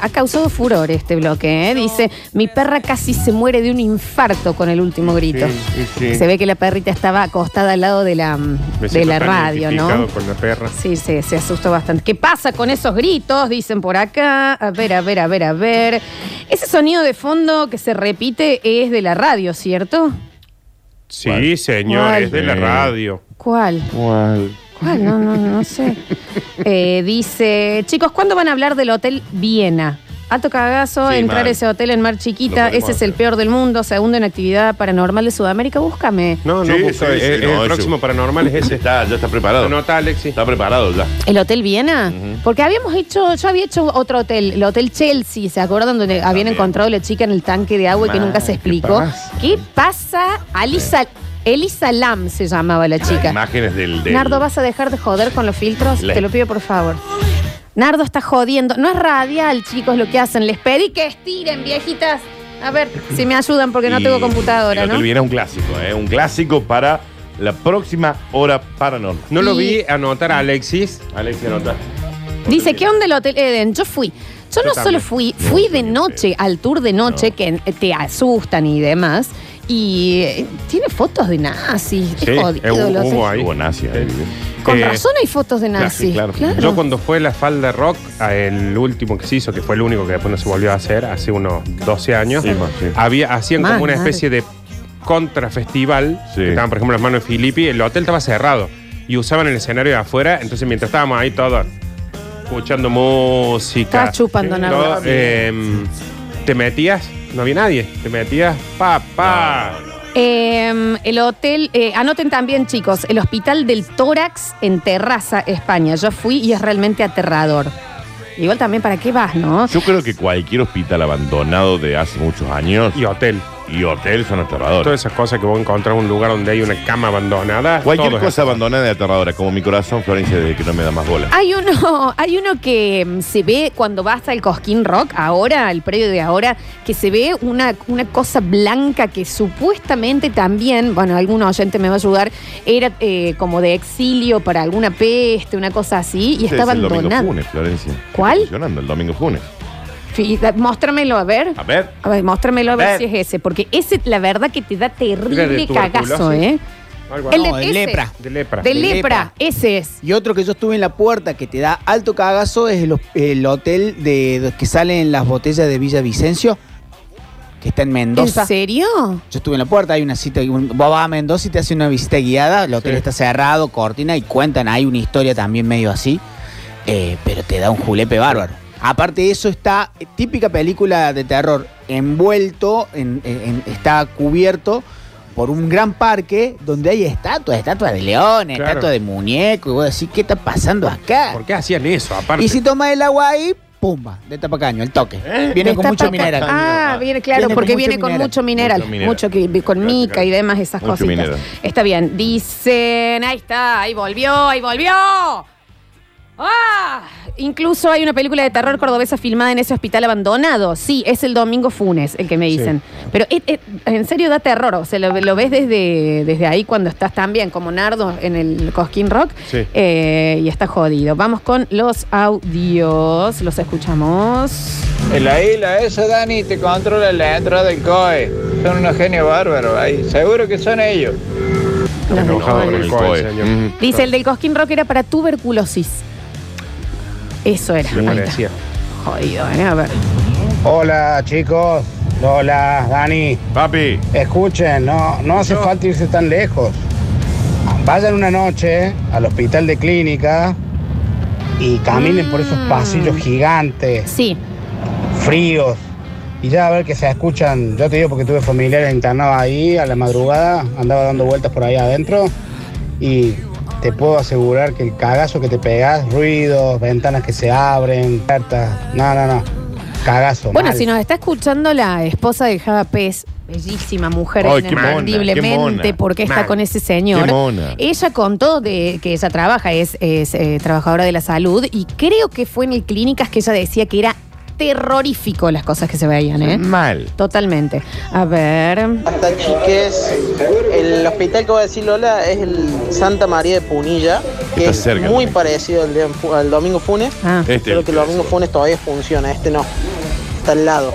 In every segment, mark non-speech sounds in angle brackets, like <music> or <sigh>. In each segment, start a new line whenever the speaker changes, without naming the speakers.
ha causado furor este bloque. ¿eh? Dice, mi perra casi se muere de un infarto con el último grito.
Sí, sí, sí.
Se ve que la perrita estaba acostada al lado de la,
Me
de
siento
la
tan
radio,
identificado
¿no?
con la perra.
Sí, sí, se asustó bastante. ¿Qué pasa con esos gritos? Dicen por acá. A ver, a ver, a ver, a ver. Ese sonido de fondo que se repite es de la radio, ¿cierto?
Sí,
¿Cuál?
señor,
¿Cuál?
es de la
Sí.
radio.
¿Cuál?
¿Cuál?
¿Cuál? No, no, no sé. Eh, dice, chicos, ¿cuándo van a hablar del Hotel Viena? Alto cagazo,
Sí,
entrar
mal.
a ese hotel en Mar Chiquita,
Lo podemos
ese es el
hacer.
peor del mundo, segundo en actividad paranormal de Sudamérica, búscame.
No, no,
Sí,
busca,
sí,
es-
sí,
es
no,
el
ese.
próximo paranormal es ese.
Está, ya está preparado.
Anota, Alexi.
Está preparado ya.
¿El Hotel Viena? Porque habíamos hecho, yo había hecho otro hotel, el Hotel Chelsea, ¿se acuerdan? Donde habían
También.
encontrado la chica en el tanque de agua y que
Man,
nunca se
¿qué
explicó.
pasa?
¿Qué pasa? Alisa, Elisa Lam se llamaba la chica.
Imágenes del. del-
Nardo, ¿vas a dejar de joder con los filtros?
La-
Te lo pido por favor. Nardo está jodiendo. No es radial, chicos, lo que hacen. Les pedí que estiren, viejitas. A ver, si me ayudan porque no
Y-
tengo
y
computadora,
no
¿no?
te olvides, un clásico, ¿eh? Un clásico para la próxima hora paranormal.
No
Y-
lo vi anotar a Alexis.
Alexi, anota.
Dice, ¿qué onda el Hotel Eden? Yo fui. Yo,
Yo
no solo
también.
fui, fui de noche al tour de noche que eh, te asustan y demás. Y eh, tiene fotos de nazis. Es
Sí, eh,
jodido.
hubo-
lo sé.
hubo ahí.
Hubo nazi ahí.
Con
Eh,
razón hay fotos de nazis.
claro.
claro.
Yo cuando fue la falda rock, a el último que se hizo, que fue el único que después no se volvió a hacer, hace unos 12 años,
Sí, más, sí.
había, hacían
Más,
como una
más.
especie de contrafestival,
Sí.
que estaban por ejemplo las manos de Filippi, el hotel estaba cerrado y usaban el escenario de afuera, entonces mientras estábamos ahí todos escuchando música,
Estaba chupando
todo,
Nardo.
eh, te metías, no había nadie, te metías, pa, pa.
Eh, el hotel, eh, anoten también chicos, el Hospital del Tórax en Terraza, España. Yo fui y es realmente aterrador. Igual también, ¿para qué vas, no?
Yo creo que cualquier hospital abandonado de hace muchos años
Y hotel.
y hotel son
Todas
aterradores.
esas cosas que vos encontrás un lugar donde hay una cama abandonada.
Cualquier
todo es
cosa abandonada de aterradora, como mi corazón, Florencia, desde que no me da más bola.
Hay uno, <laughs> hay uno que mm, se ve cuando vas al Cosquín Rock, ahora, el predio de ahora, que se ve una, una cosa blanca que supuestamente también, bueno, algún oyente me va a ayudar, era eh, como de exilio para alguna peste, una cosa así, y
Este
está
es el domingo
abandonado.
Funes, Florencia.
¿Cuál?
Está Funcionando el domingo Funes.
Fi- da- Muéstramelo, a ver.
A ver.
A ver, muéstramelo a ver
Ver.
si es ese, porque ese, la verdad, que te da
Era
terrible
de
cagazo,
tuberculosis.
¿eh?
Algo
El
así.
No, de
ese.
lepra.
de lepra.
De
De
lepra,
lepra.
ese es.
Y otro que yo estuve en la puerta que te da alto cagazo es el, hos- el hotel de, de- que sale en las botellas de Villa Vicencio, que está en
¿En
Mendoza.
serio?
Yo estuve en la puerta, hay una cita, un- vos vas a Mendoza y te hacen una visita guiada, el hotel
Sí.
está cerrado, cortina y cuentan, hay una historia también medio así, eh, pero te da un julepe bárbaro. Aparte de eso está eh, típica película de terror, envuelto, en- en- en- está cubierto por un gran parque donde hay estatuas, estatuas de leones,
Claro.
estatuas de muñecos, y vos decís, ¿qué está pasando acá?
¿Por qué hacían eso? Aparte.
Y si tomas el agua ahí, pumba, de tapacaño, el toque.
¿Eh?
Viene con
Está
mucho
pa-
mineral.
Ah, viene, claro,
Viene con
porque
mucho
viene con
mineral.
mucho mineral.
Mucho
Mucho,
mineral.
que con
Claro,
mica
claro.
y demás, esas
Mucho
cositas.
mineral.
Está bien. Dicen, ahí está, ahí volvió, ahí volvió. ¡Ah! Incluso hay una película de terror cordobesa filmada en ese hospital abandonado. Sí, es el Domingo Funes, el que me dicen. Pero eh, eh, en serio da terror. O sea, lo, lo ves desde, desde ahí cuando estás también como Nardo en el Cosquín Rock.
Sí.
Eh, y está jodido. Vamos con los audios. Los escuchamos.
En la isla, eso Dani te controla la entrada del COE. Son unos genios bárbaros ahí. Seguro que son ellos.
Está
Los
enojado
de
con el
Coe.
COE, señor.
Mm.
Dice, el del Cosquín Rock era para tuberculosis. Eso era.
Me
Ahí está.
parecía.
Jodido, ¿eh? A ver.
Hola chicos, hola Dani,
Papi.
escuchen, no, no hace falta irse tan lejos. Vayan una noche al hospital de clínica y caminen por esos
Mm.
pasillos gigantes,
Sí,
fríos, y ya a ver que se escuchan, yo te digo porque tuve familiares internados ahí a la madrugada, andaba dando vueltas por ahí adentro y te puedo asegurar que el cagazo que te pegas, ruidos, ventanas que se abren, puertas, no, no, no, cagazo.
Bueno,
mal.
si nos está escuchando la esposa de Java Pez, bellísima mujer,
Ay, qué mona, qué
inentendiblemente
mona.
por qué está
Mal.
con ese señor.
Qué mona.
Ella contó de que ella trabaja, es, es, eh, trabajadora de la salud y creo que fue en el clínicas que ella decía que era terrorífico las cosas que se veían, ¿eh?
Mal.
Totalmente. A ver.
Hasta chiques, el hospital que voy a decir Lola es el Santa María de Punilla, que
Está
es
cerca,
muy
¿no?
parecido al, día en Fu- al Domingo Funes.
Ah.
Este
Creo que el Domingo Funes todavía funciona, este no. está al lado.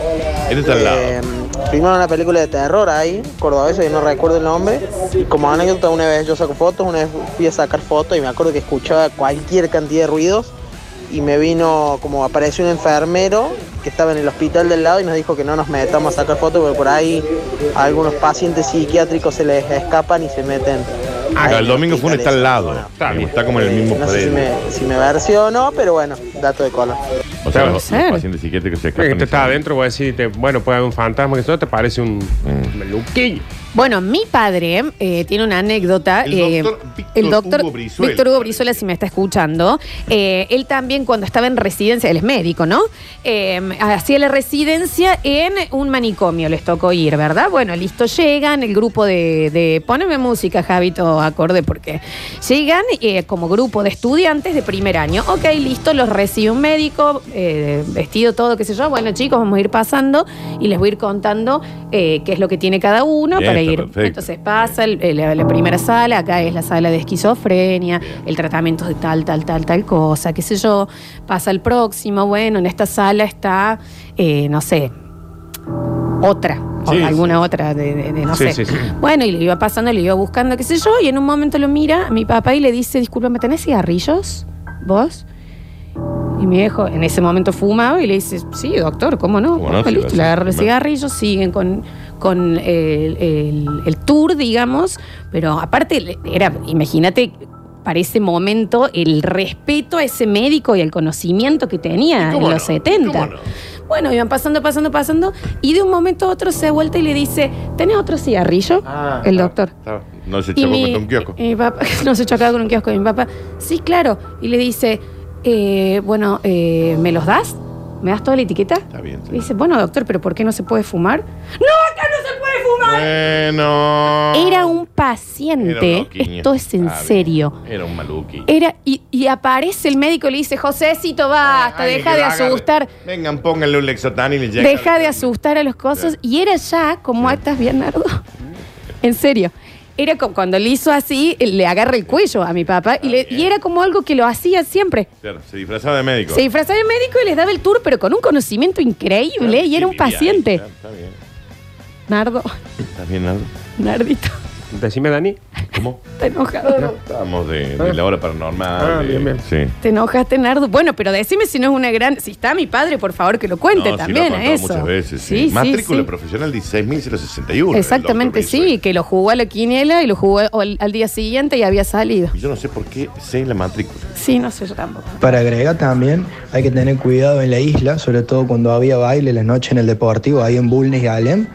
Este está al
Eh,
lado.
filmaron una película de terror ahí, cordobesa, y no recuerdo el nombre. Y como anécdota, una vez yo saco fotos, una vez fui a sacar fotos y me acuerdo que escuchaba cualquier cantidad de ruidos. Y me vino, como apareció un enfermero que estaba en el hospital del lado y nos dijo que no nos metamos a sacar fotos porque por ahí a algunos pacientes psiquiátricos se les escapan y se meten.
Ah,
ahí
claro,
en
el domingo fue un está
hospital
al
esa
lado.
zona.
Está, bien, está como en el mismo
Eh, No sé si
pared.
me, si me versiono, pero bueno, dato de color.
O sea,
Puede
los, los
ser.
pacientes psiquiátricos se
Creo que
escapan.
te
y
está
se-
adentro, voy a decirte, bueno, puede haber un fantasma, que eso te parece un
Mm.
maluquillo.
Bueno, mi padre eh, tiene una anécdota.
El
eh,
doctor Víctor
el doctor
Hugo Brizuela.
Víctor Hugo Brizuela, si me está escuchando, eh, él también cuando estaba en residencia, él es médico, ¿no? Eh, hacía la residencia en un manicomio, les tocó ir, ¿verdad? Bueno, listo, llegan, el grupo de, de poneme música, Javito, acorde, porque llegan eh, como grupo de estudiantes de primer año. Ok, listo, los recibe un médico, eh, vestido todo, qué sé yo. Bueno, chicos, vamos a ir pasando y les voy a ir contando eh, qué es lo que tiene cada uno
Bien,
para
está
ir.
perfecto.
Entonces, se pasa el- el- la, la primera sala, acá es la sala de esquizofrenia, el tratamiento de tal, tal, tal, tal cosa, qué sé yo. Pasa el próximo, bueno, en esta sala está, eh, no sé, otra,
Sí,
o alguna otra, de, de- de no
Sí,
sé.
sí, sí.
Bueno, y le iba pasando, le iba buscando, qué sé yo, y en un momento lo mira a mi papá y le dice, disculpa, ¿me tenés cigarrillos? ¿Vos? Y mi viejo en ese momento fumaba y le dice, sí, doctor, ¿cómo no?
¿Cómo no?
Bueno,
Sí,
listo,
sí,
le agarra los
normal.
cigarrillos, siguen con, con el, el- el tour, digamos, pero aparte le- era, imagínate, para ese momento, el respeto a ese médico y al conocimiento que tenía en
¿Cómo
los
no?
70.
¿Cómo no?
Bueno, iban pasando, pasando, pasando, y de un momento a otro se da vuelta y le dice, ¿tenés otro cigarrillo? el doctor.
Está- No se
Y
chocó
mi-
contra un kiosco.
y mi papá, <laughs> no se chocaba con un kiosco. Y mi papá, sí, claro. Y le dice, eh, bueno, eh, ¿me los das? ¿Me das toda la etiqueta?
Está bien. está
Y
bien.
dice, bueno, doctor, ¿pero por qué no se puede fumar? ¡No, acá no se puede fumar!
Bueno.
Era un
Era un
paciente.
loquiño.
Esto es en
Está bien.
serio.
Era un maluqui.
Era, y, y aparece el médico y le dice, Josécito, basta,
Ay,
deja
que
de
lo agarre.
asustar.
Vengan, pónganle un lexotan y le llega.
Deja de asustar a los cosos. Y era ya como actas Bernardo. en serio. Era como cuando le hizo así, le agarra el cuello a mi papá y, le- y era como algo que lo hacía siempre.
Claro, Se disfrazaba de médico.
Se disfrazaba de médico y les daba el tour, pero con un conocimiento increíble
Claro,
y era
sí,
un
vivía ahí,
paciente.
claro, Está bien.
Nardo,
Está bien, Nardo.
Nardito,
Decime, Dani.
¿Cómo?
te enojaste.
Estábamos de, de la hora paranormal.
Ah,
de-
bien, bien.
Sí.
Te enojaste, Nardo. Bueno, pero decime si no es una gran. Si está mi padre, por favor, que lo cuente
No, sí, lo ha
también.
contado
eso.
muchas veces, sí. Matrícula profesional 16061.
Exactamente,
el doctor Brizuela.
sí, que lo jugó a la quiniela y lo jugó al, al día siguiente y había salido.
Y yo no sé por qué sé la matrícula.
Sí, no sé yo tampoco.
Para agregar también, hay que tener cuidado en la isla, sobre todo cuando había baile la noche en el Deportivo, ahí en Bulnes y Alem,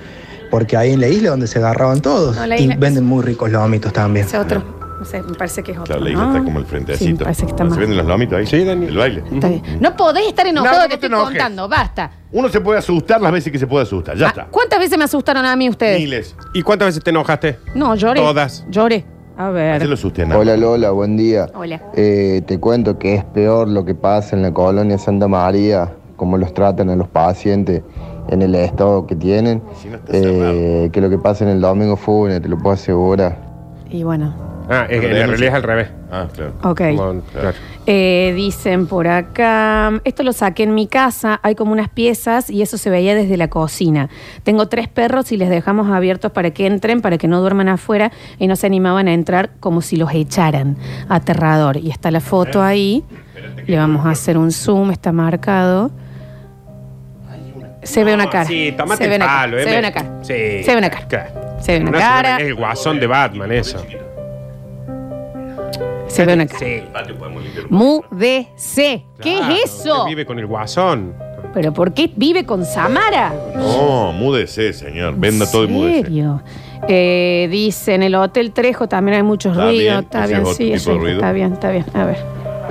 porque ahí en la isla donde se agarraban todos
No, la
y
isla-
venden muy ricos los lomitos también.
Ese otro. No sé, me parece que es otro.
Claro, la isla
¿no?
está como el
Ah, Sí,
frentecito.
me parece que está
¿No
mal.
¿Se venden los lomitos ahí?
Sí, Dani.
El baile.
Está bien. No podés estar enojado
Nardo,
de
no
que
te
estoy
enojes.
contando, basta.
Uno se puede asustar las veces que se puede asustar. Ya
Ah, eh,
está.
¿Cuántas veces me asustaron a mí ustedes?
Miles.
¿Y cuántas veces te enojaste?
No, lloré.
Todas.
Lloré. A
Se
ver.
lo asusté
Hola Lola, buen día.
Hola.
Eh, te cuento que es peor lo que pasa en la colonia Santa María, cómo los tratan a los pacientes en el estado que tienen,
Si no está cerrado.
eh, que lo que pasa en el domingo fúnebre, te lo puedo asegurar.
Y bueno,
Ah, es, en realidad es al revés.
Ah, claro.
ok.
Como- claro.
Eh, dicen por acá, esto lo saqué en mi casa, hay como unas piezas y eso se veía desde la cocina. Tengo tres perros y les dejamos abiertos para que entren, para que no duerman afuera y no se animaban a entrar como si los echaran. Aterrador. Y está la foto ahí. Le vamos a hacer un zoom, está marcado. Se ve una cara.
Sí, tomate
se ve
el
una cara,
palo, eh,
Se
me-
ve una cara.
Sí.
Se ve una cara.
Claro.
Se ve una
No,
cara.
Es el guasón de Batman, eso.
Se ve una cara.
Sí.
Ah,
Mudece. ¿Qué
Claro,
es eso?
que Vive con el guasón.
¿Pero por qué vive con Samara?
No, Oh, múdese, señor. Venda todo y
¿En
múdese.
serio? Eh, dice, en el Hotel Trejo también hay muchos
Está
ruidos.
bien,
Está
ese
bien,
es otro
sí,
tipo
eso
de ruido.
está bien, está bien. A ver.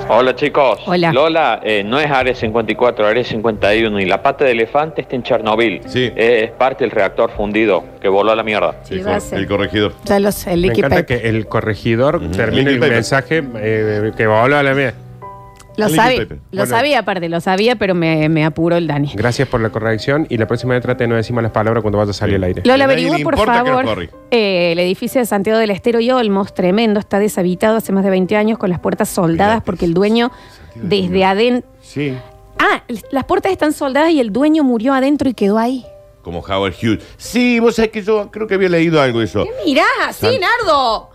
Hola chicos.
Hola.
Lola, eh, no es Área 54, Área 51 y la pata de elefante está en Chernobyl.
Sí.
Eh, es parte del reactor fundido que voló a la mierda.
Sí,
el,
va a
cor-
ser.
el corregidor.
Ya lo sé, el
Me
Licky
encanta
Paper.
que el corregidor termine
Liquid
el
paper.
mensaje eh, que va a hablar a la mía.
Lo
Licky
sabía,
Paper.
lo
Bueno.
sabía aparte, lo sabía, pero me, me apuró el Dani.
Gracias por la corrección y la próxima vez trate de no decir malas palabras cuando vayas a salir al aire.
Lola,
A nadie
averigua
le
por
importa que lo
favor.
corrija.
eh, el edificio de Santiago del Estero y Olmos, tremendo, está deshabitado hace más de 20 años con las puertas soldadas
Pilates.
porque el dueño
Santiago del
desde adentro
Sí.
Ah, las puertas están soldadas y el dueño murió adentro y quedó ahí.
Como Howard Hughes. Sí, vos sabés que yo creo que había leído algo de eso.
Mirá, sí,
San-
Nardo.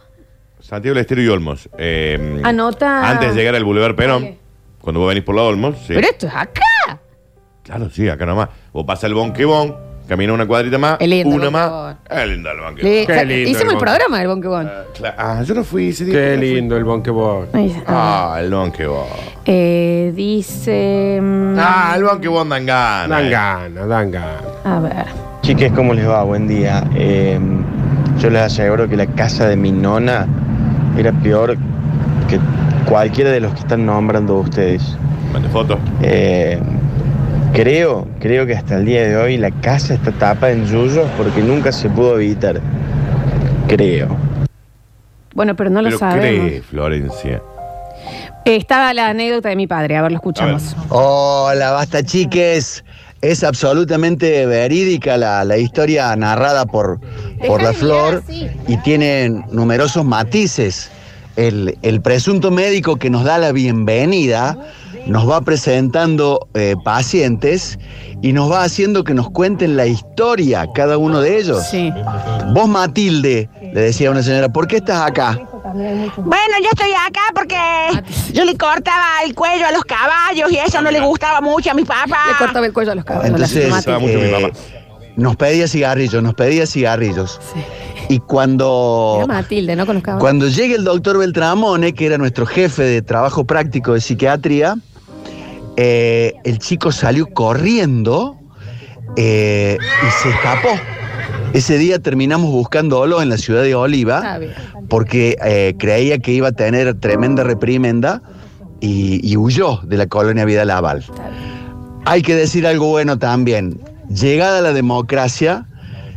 Santiago del Estero y Olmos. eh,
Anota.
Antes de llegar al Boulevard Perón,
Dale.
cuando vos venís por la Olmos, sí.
Pero esto es acá.
Claro, sí, acá nomás. Vos pasas el bonquebón, camina una cuadrita más,
Es lindo,
una
por
más.
favor.
Es lindo el bonquebón.
Le-
Qué lindo el
Hicimos el
bonque.
programa del Bonquebón.
Cla- Ah, yo no fui ese día.
Qué
no fui.
lindo el bonquebón.
Ah, el bonquebón.
Eh, dice. mm,
Ah, el bonquebón dan ganas.
Dan
eh.
ganas, dan ganas.
A ver.
Chiques, ¿cómo les va? Buen día. Eh, yo les aseguro que la casa de mi nona era peor que cualquiera de los que están nombrando ustedes.
Mande fotos.
Eh, creo, creo que hasta el día de hoy la casa está tapa en yuyos porque nunca se pudo evitar. Creo.
Bueno, pero no lo
Pero
sabemos.
cree, Florencia.
Estaba la anécdota de mi padre, a ver, lo escuchamos.
Hola, basta chiques. Es absolutamente verídica la, la historia narrada por, por
Deja de
la
mirar
flor
así.
y tiene numerosos matices. El, el presunto médico que nos da la bienvenida nos va presentando eh, pacientes y nos va haciendo que nos cuenten la historia, cada uno de ellos.
Sí.
Vos, Matilde, le decía una señora, ¿por qué estás acá?
Bueno, yo estoy acá porque yo le cortaba el cuello a los caballos y eso no le gustaba mucho a mi papá.
Le cortaba el cuello a los caballos.
Entonces,
las
Estaba
tomates.
mucho mi
eh,
papá.
nos pedía cigarrillos, nos pedía cigarrillos. Y cuando,
Era Matilde, no con los caballos.
cuando llega el doctor Beltramone, que era nuestro jefe de trabajo práctico de psiquiatría, eh, el chico salió corriendo eh, y se escapó. Ese día terminamos buscándolo en la ciudad de Oliva
Está bien.
porque eh, creía que iba a tener tremenda reprimenda y, y huyó de la colonia Vida Laval. Hay que decir algo bueno también. Llegada la democracia,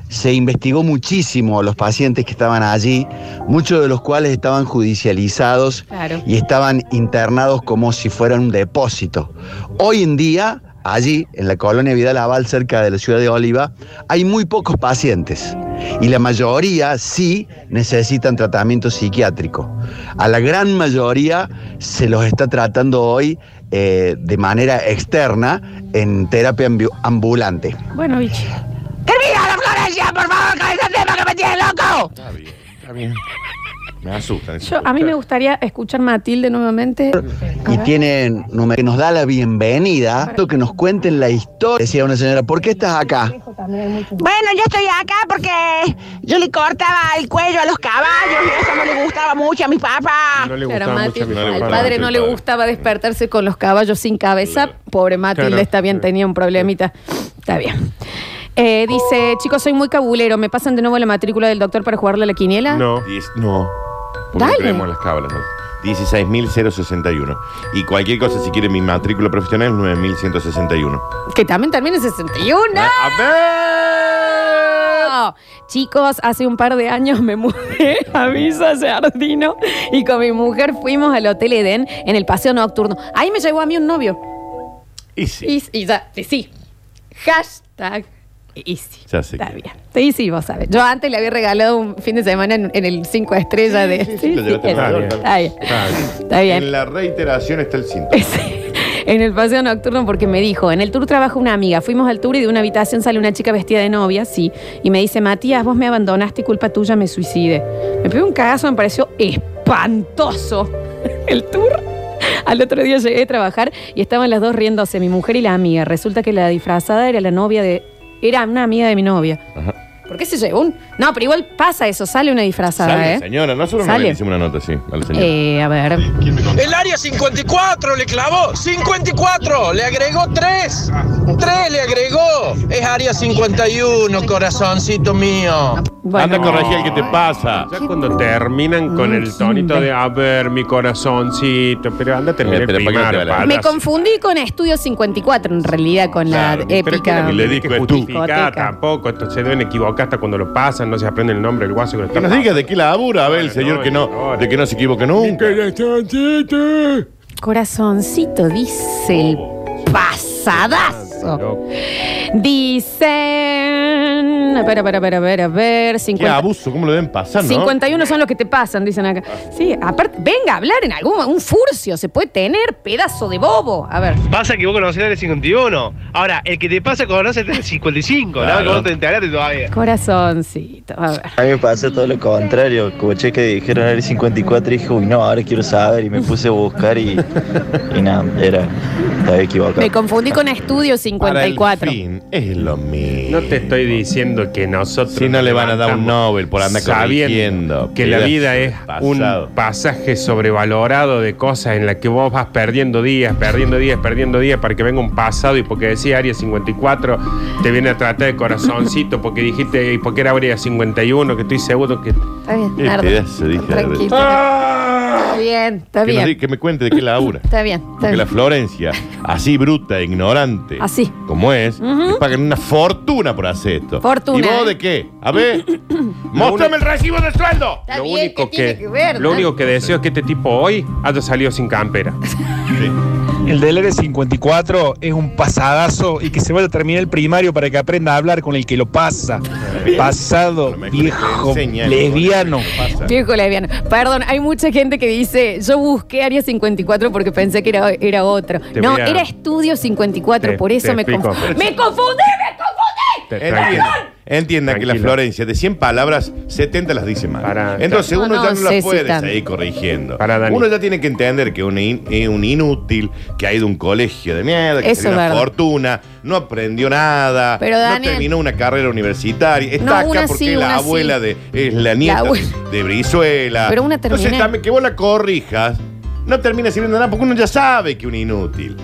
se investigó muchísimo a los pacientes que estaban allí, muchos de los cuales estaban judicializados
Claro.
y estaban internados como si fueran un depósito. Hoy en día, allí, en la colonia Vidal Aval, cerca de la ciudad de Oliva, hay muy pocos pacientes y la mayoría sí necesitan tratamiento psiquiátrico. A la gran mayoría se los está tratando hoy eh, de manera externa en terapia ambu- ambulante.
Bueno, bicho.
¡Termina la florencia, por favor, con ese tema que me tiene loco!
Está bien, está bien. Me asustan.
Yo- a mí me gustaría escuchar Matilde nuevamente.
y tienen número que nos da la bienvenida, que nos cuenten la historia. Decía una señora, ¿por qué estás acá?
Bueno, yo estoy acá porque yo le cortaba el cuello a los caballos y eso no le gustaba mucho a mi papá.
No le
Claro,
gustaba mucho a
Matilde,
mi
no le
al
gustaba
padre
mucho
no
el
le
padre.
gustaba despertarse con los caballos sin cabeza. Pobre Matilde,
Claro.
está bien,
Sí.
tenía un problemita. Está bien. Eh, dice, chicos, soy muy cabulero. ¿Me pasan de nuevo la matrícula del doctor para jugarle a la quiniela?
No.
Diez- no. Porque
Dale.
tenemos las cábalas. ¿no? 16.061. Y cualquier cosa, si quiere mi matrícula profesional, 9.161.
Que también termina en 61.
Ah, A
No.
ver.
Chicos, hace un par de años me mudé a Villa Jardino y con mi mujer fuimos al Hotel Edén en el paseo nocturno. Ahí me llegó a mí un novio.
Y sí.
Y, y ya, y sí. Hashtag easy.
Ya sé
Está
que-
bien. Sí, sí, vos sabes. Yo antes le había regalado un fin de semana en, en el 5 estrellas de.
sí, sí, lo llevaste
eso.
a Nueva York.
está bien.
Está bien.
Está bien.
En la reiteración está el síntoma.
Sí, En el paseo nocturno porque me dijo, en el tour trabaja una amiga, fuimos al tour y de una habitación sale una chica vestida de novia, sí, y me dice, Matías, vos me abandonaste, culpa tuya, me suicide. Me pegó un cagazo, me pareció espantoso <laughs> el tour. Al otro día llegué a trabajar y estaban las dos riéndose, mi mujer y la amiga. Resulta que la disfrazada era la novia de... Era una amiga de mi novia. ¿Por qué se llevó un...? No, pero igual pasa eso, sale una disfrazada,
Sale,
¿eh?
señora. Nosotros no
Sale.
le hicimos una nota, sí, a la señora.
Eh, a ver.
El área 54 le clavó, 54, le agregó 3, 3 le agregó. Es área 51, corazoncito mío.
Anda a
Bueno,
corregir el que te pasa.
Ya cuando terminan con el tonito de a ver mi corazoncito, pero anda a terminar el
Pero, pero, ¿para qué
primario,
te va la-
palas.
Me confundí con Estudio 54, en realidad, con
Claro,
la
Pero que
épica.
la-
Y le
tiene que
dijo, es tú.
justificar
Discoteca.
tampoco, esto se deben equivocar hasta cuando lo pasan, no se aprende el nombre del guaso que lo
Que
está
nos diga de qué labura, a ver, el
Bueno,
señor
no,
que no,
ignora.
de que no se equivoque nunca.
corazoncito!
Corazoncito, dice
Oh.
el pasadazo.
Loco.
Dicen. 51, espera, espera, espera, espera, a ver,
Qué
50.
abuso, ¿cómo lo deben pasar, no? Ah.
51 son los que te pasan, dicen acá. Sí, aparte, venga a hablar en algún un furcio, se puede tener pedazo de bobo. A ver.
Pasa que vos conocés el 51. Ahora, el que te pasa conoce el 55, ¿no? Que vos te enteraste todavía.
Corazoncito, a ver.
A mí me pasó todo lo contrario. Escuché que dijeron era el 54 y dije, uy, no, ahora quiero saber. Y me puse a buscar y, y nada, era. Estaba equivocado.
Me confundí con Estudio 54.
es lo mismo.
No te estoy diciendo que nosotros.
Si no le van a dar un
levantamos
Nobel por andar
sabiendo
corrigiendo.
que la
Pedazo
vida
de
es
pasado.
un pasaje sobrevalorado de cosas en las que vos vas perdiendo días, perdiendo días, perdiendo días para que venga un pasado y porque decía área 54 te viene a tratar de corazoncito porque dijiste y porque era área 51 que estoy seguro que
Está bien,
Qué
Nardo.
pedazo, dije.
Tranquilo. Está bien, está
Que, nos
bien.
diga- que me cuente de qué labura.
Está bien, está
Porque la
bien.
Florencia, así bruta, ignorante,
Así.
como es,
Ujú.
le pagan una fortuna por hacer esto.
Fortuna,
¿Y vos
¿eh?
de qué? A ver,
<coughs>
mostrame el recibo de sueldo.
Está
lo
bien,
único
¿qué
que,
tiene que ver,
lo
no?
único que deseo es que este tipo hoy haya salido sin campera.
El del R54 es un pasadazo y que se vaya a terminar el primario para que aprenda a hablar con el que lo pasa. Pasado, viejo, lesbiano.
Viejo lesbiano. Perdón, hay mucha gente que dice, yo busqué Área 54 porque pensé que era, era otro.
Te
no,
voy a-
era Estudio 54,
Te-
por
te
eso me
explico.
confundí. ¡Me confundí! ¡Me confundí!
Entienda, entienda que la
Tranquilo.
Florencia, de 100 palabras, 70 las dice mal. Entonces
No,
uno
no,
ya no las
Ceci,
puede
tanto.
seguir corrigiendo.
Para, Dani.
uno ya tiene que entender que un in- es un inútil, que ha ido a un colegio de mierda, que
Eso es
tiene una
verdad.
fortuna, no aprendió nada,
Pero,
no
Daniel-
terminó una carrera universitaria. Está
No,
acá
una
porque
sí,
es la
una
abuela
sí.
de, es la nieta de-
abuela.
de Brizuela.
Pero una
Entonces
terminé.
también que vos la corrijas, no termina sirviendo de nada porque uno ya sabe que un inútil.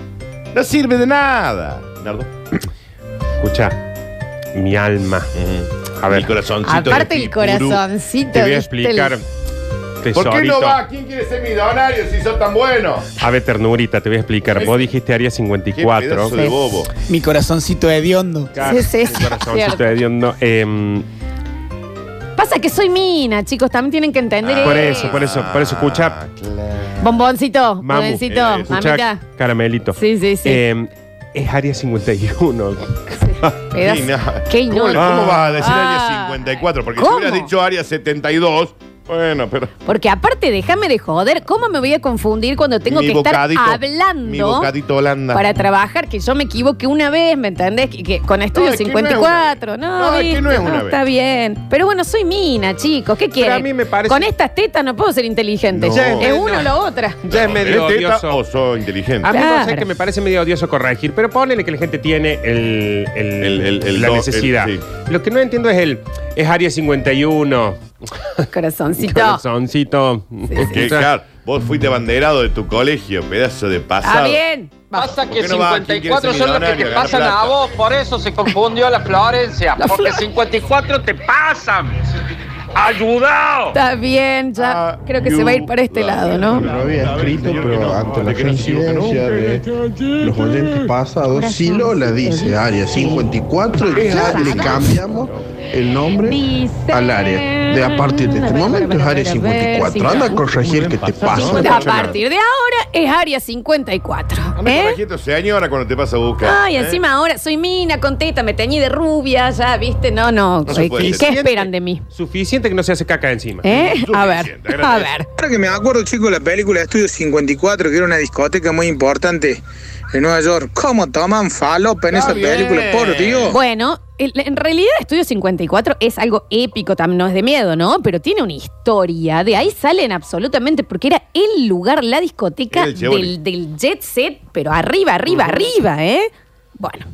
No sirve de nada. Nardo.
Escucha, mi alma. A ver, corazoncito.
Aparte el corazoncito.
Te voy a
¿viste?
explicar.
¿Por qué
tesorito.
no va? ¿Quién quiere ser millonario si sos tan bueno?
A ver, ternurita, te voy a explicar. Vos dijiste área 54.
Qué pedazo de bobo.
Mi corazoncito hediondo.
Sí, sí, sí,
Corazoncito
cierto.
hediondo. Em,
Pasa que soy mina, chicos, también tienen que entender.
Ah.
por eso, por eso, por eso, escucha.
Bomboncito,
Mamu,
bomboncito,
eh, escucha,
mamita.
caramelito.
Ah, Sí, sí, sí.
Eh,
Em, es área 51.
Pedazo.
Sí, nada.
Qué
¿Cómo,
inútil.
cómo vas a decir
Ah.
área 54? Porque
¿Cómo?
si hubieras dicho área 72, bueno, pero.
Porque aparte, déjame de joder, ¿cómo me voy a confundir cuando tengo
mi
que
bocadito,
estar hablando?
Mi bocadito Holanda.
para trabajar, que yo me equivoqué una vez, ¿me entendés? Que, que con estudio
No, es que no es una
54, no,
No, es que
viste,
no es una vez.
está bien. Pero bueno, soy mina, chicos, ¿qué quieren?
a mí me parece-
Con estas tetas no puedo ser inteligente,
No.
es
No.
uno o la
<laughs>
otra.
Ya es medio
¿Eres teta
odioso.
o soy
Este
inteligente?
A
Ah,
mí no sé
Claro.
que me parece medio odioso corregir, pero ponele que la gente tiene el, el-
El- el- el
la
do-
necesidad.
el- sí.
Lo que no entiendo es el. Es área 51.
Corazoncito.
Corazoncito.
Porque, claro, vos fuiste abanderado de tu colegio, pedazo de
Está
pasado.
Ah, bien.
Pasa que
¿Por qué no va? ¿Quién quiere
54
ser
son los que
millonario?
te
Gana
pasan
plata.
a vos, por eso se confundió la Florencia,
La
porque
Flor-
54 te pasan. ¡Ayudado!
Está bien, ya
Ah,
creo que se va a ir para este lado, ¿no?
Lo había escrito, pero ante la coincidencia de los oyentes pasados, sí lo la dice área 54 y ya le cambiamos el nombre al área. De a partir de este momento es área 54. Anda a corregir que te pasa.
A partir de ahora es área 54.
Anda
¿eh?
corregiste, señora, cuando te pasa a buscar.
Ay,
¿eh?
encima ahora soy mina, con teta, me teñí de rubia, ya, viste, no, no.
No se puede
¿Qué
decir.
esperan de mí?
Suficiente que no se hace caca encima.
¿Eh? A ver, a ver.
Ahora que me acuerdo, chicos, la película Estudio 54, que era una discoteca muy importante en Nueva York. ¿Cómo toman falopa en esa película? Por Dios.
Bueno, el- en realidad Estudio 54 es algo épico, también no es de miedo, ¿no? Pero tiene una historia, de ahí salen absolutamente, porque era el lugar, la discoteca
Era el Chevoli.
del, del jet set, pero arriba, arriba, arriba, ¿eh? Bueno,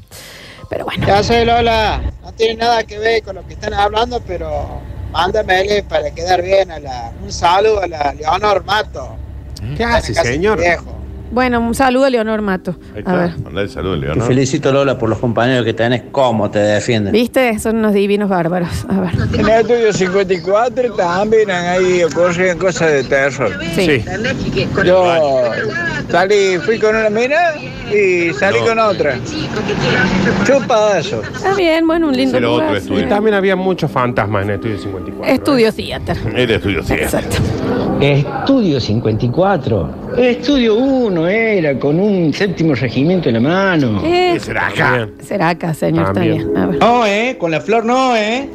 pero bueno.
Ya sé, Lola, no tiene nada que ver con lo que están hablando, pero mándamele para quedar bien a la... Un saludo a la Leonor Mato.
¿Qué hace, señor?
Bueno, un saludo a Leonor Mato.
¿Eh?
A ver.
Mandale saludos,
Te
Leonor.
felicito, Lola, por los compañeros que tenés, cómo te defienden.
¿Viste? Son unos divinos bárbaros. A ver.
En el estudio 54 también ahí ocurren cosas de terror.
Sí.
Yo salí, fui con una mina y salí
No.
con otra. Chupadazo.
Está bien, bueno, un lindo
Pero
lugar.
otro estudio. Y ¿eh? también había muchos fantasmas en Estudio 54.
Estudio Theater.
Era estudio, sí.
Exacto.
Estudio 54. Estudio 1 era, con un séptimo regimiento en la mano.
Eh,
será
Será acá, señor. Está
También.
bien. A ver.
No, eh, con la flor no, eh.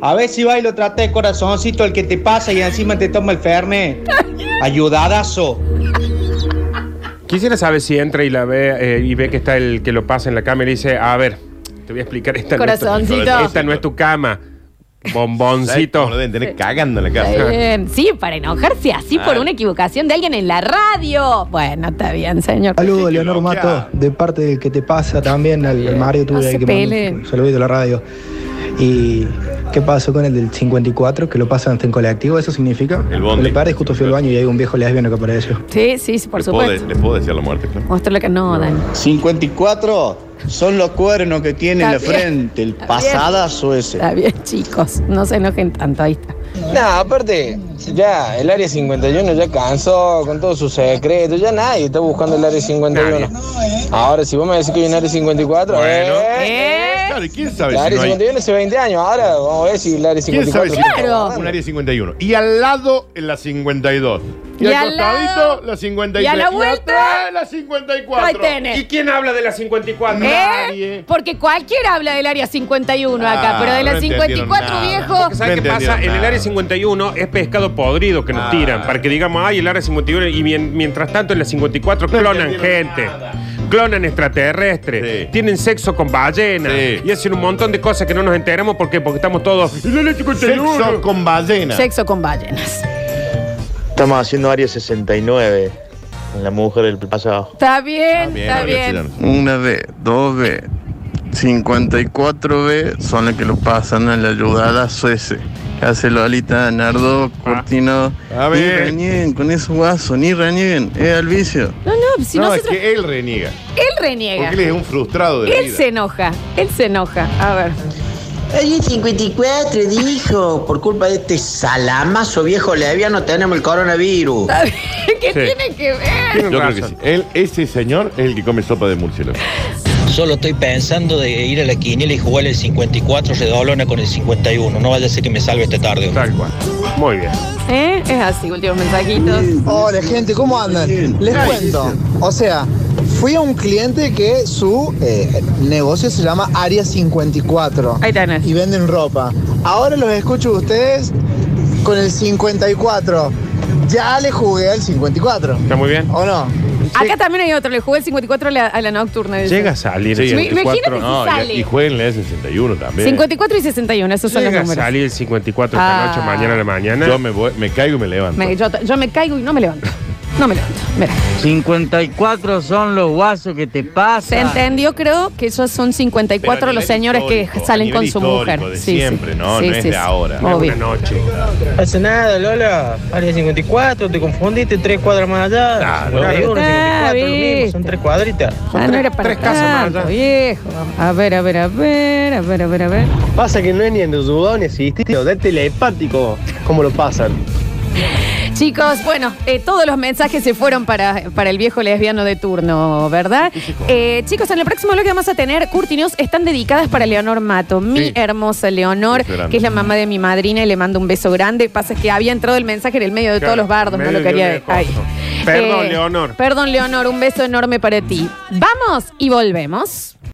A ver si va y lo trata de corazoncito el que te pasa y encima te toma el ferne. Ayudadazo.
Quisiera saber si entra y la ve eh, y ve que está el que lo pasa en la cama y le dice, a ver, te voy a explicar esta. no es tu-
Corazoncito.
esta no es tu cama. Bomboncito.
Lo deben tener cagando en la casa.
Está bien. Sí, para enojarse así por
Ah.
una equivocación de alguien en la radio. Bueno, está bien, señor.
Saludos, Leonor Mato, de parte del que te pasa también, al, al Mario tuve
No se
que mandar
peleen.
un saludito a la radio. ¿Y qué pasó con el del 54? Que lo pasan hasta en colectivo, ¿eso significa?
El bondi.
Le paré, justo fui al baño y hay un viejo lesbiano que apareció.
Sí, sí, sí, por
Les puedo,
supuesto.
de- les puedo decir la muerte, pues. claro.
Mostrarle que no, Dani.
54 son los cuernos que tiene en la
Está bien.
frente, el
bien.
pasadazo ese.
Está bien, chicos. No se enojen tanto. Ahí está.
Nah, aparte, ya el área 51 ya cansó con todos sus secretos, ya nadie está buscando el área 51. Ahora, si vos me decís que hay un área 54,
eh. Bueno.
¿Eh?
Claro, ¿y quién sabe
La
si
área
no hay?
51 hace 20 años, ahora vamos a ver si el área
¿Quién sabe
54.
si no hay? Un área 51. Y al lado, en la 52. Y,
Y
al
al lado-
costadito, la 53.
Y a la
atrás,
vuelta.
la 54.
Ahí tenés.
¿Y quién habla de la 54?
¿Eh? Porque cualquiera habla del área 51 acá,
Ah,
pero de la
no entendieron
54,
nada.
viejo.
Porque ¿Sabes
No
qué pasa?
entendieron
En el
nada.
área 51 es pescado podrido que nos
Ah.
tiran. Para que digamos, ay, el área 51. Y mien- mientras tanto, en la 54 clonan gente. Clonan extraterrestres. Tienen sexo con ballenas.
Sí.
Y hacen un montón de cosas que no nos enteramos. ¿Por qué? Porque estamos todos. "El área 51".
Sexo con ballena.
Sexo con ballenas.
Estamos haciendo área 69. La mujer del pasado.
Está bien, está bien.
Una B, dos B, 54 B son las que lo pasan a la ayudada suece. Hace Lolita, Nardo, Cortino.
Ah. A ver.
Ni renieguen con esos guasos, ni renieguen, es al vicio.
No, no, si
no, es
nosotros.
que él reniega.
Él reniega.
Porque él es un frustrado de la
Él
vida.
se enoja. Él se enoja. A ver. <laughs>
Oye, 54, dijo, por culpa de este salamazo viejo no tenemos el coronavirus.
¿Qué
Sí.
tiene que ver?
Yo creo que sí. Él, ese señor es el que come sopa de murciélago.
Solo estoy pensando de ir a la quiniela y jugar el 54 redoblona con el 51. No vaya a ser que me salve esta tarde.
Tal cual. Muy bien.
¿Eh? Es así, últimos mensajitos.
Mm.
Hola gente, ¿cómo andan? Les cuento. O sea, fui a un cliente que su eh, negocio se llama Área 54.
Ahí tenés.
Y venden ropa. Ahora los escucho a ustedes con el 54. Ya le jugué al 54.
Está muy bien.
¿O no?
Acá también hay otro. Le jugué el 54 a la, a la nocturna. dice.
Llega a salir
Sí,
el
me- imagínate
54.
si sale.
Y jueguenle el 61 también.
54 y 61, esos son los
Llega a
números.
salir el 54 esta
Ah.
noche, mañana a la mañana.
Yo me, voy- me caigo y me levanto.
Me- yo, yo me caigo y no me levanto. No me levanto. Mira.
54 son los guasos que te
Se
pasan.
entendió, creo que esos son 54 los señores que salen con su mujer.
De siempre, ¿no? no es de ahora.
Obvio.
noche.
Hace nada, Lola. Área 54, te confundiste, tres cuadras más allá.
Ah, viste.
son tres cuadritas.
Ah, no era para tanto, viejo. A ver, a ver, a ver, a ver, a ver, a ver.
Pasa que no es ni endeudado ni existido, de telepático, como lo pasan.
Chicos, bueno, eh, todos los mensajes se fueron para, para el viejo lesbiano de turno, ¿verdad? Eh, chicos, en el próximo lo que vamos a tener, Curti News, están dedicadas para Leonor Mato, mi hermosa Leonor,
Es grande.
que es la mamá de mi madrina y le mando un beso grande. Pasa que había entrado el mensaje en el medio de todos
Claro,
los bardos, no
medio
lo
de
quería.
una cosa.
ay. Eh,
Perdón, Leonor.
Perdón, Leonor, un beso enorme para ti. Vamos y volvemos.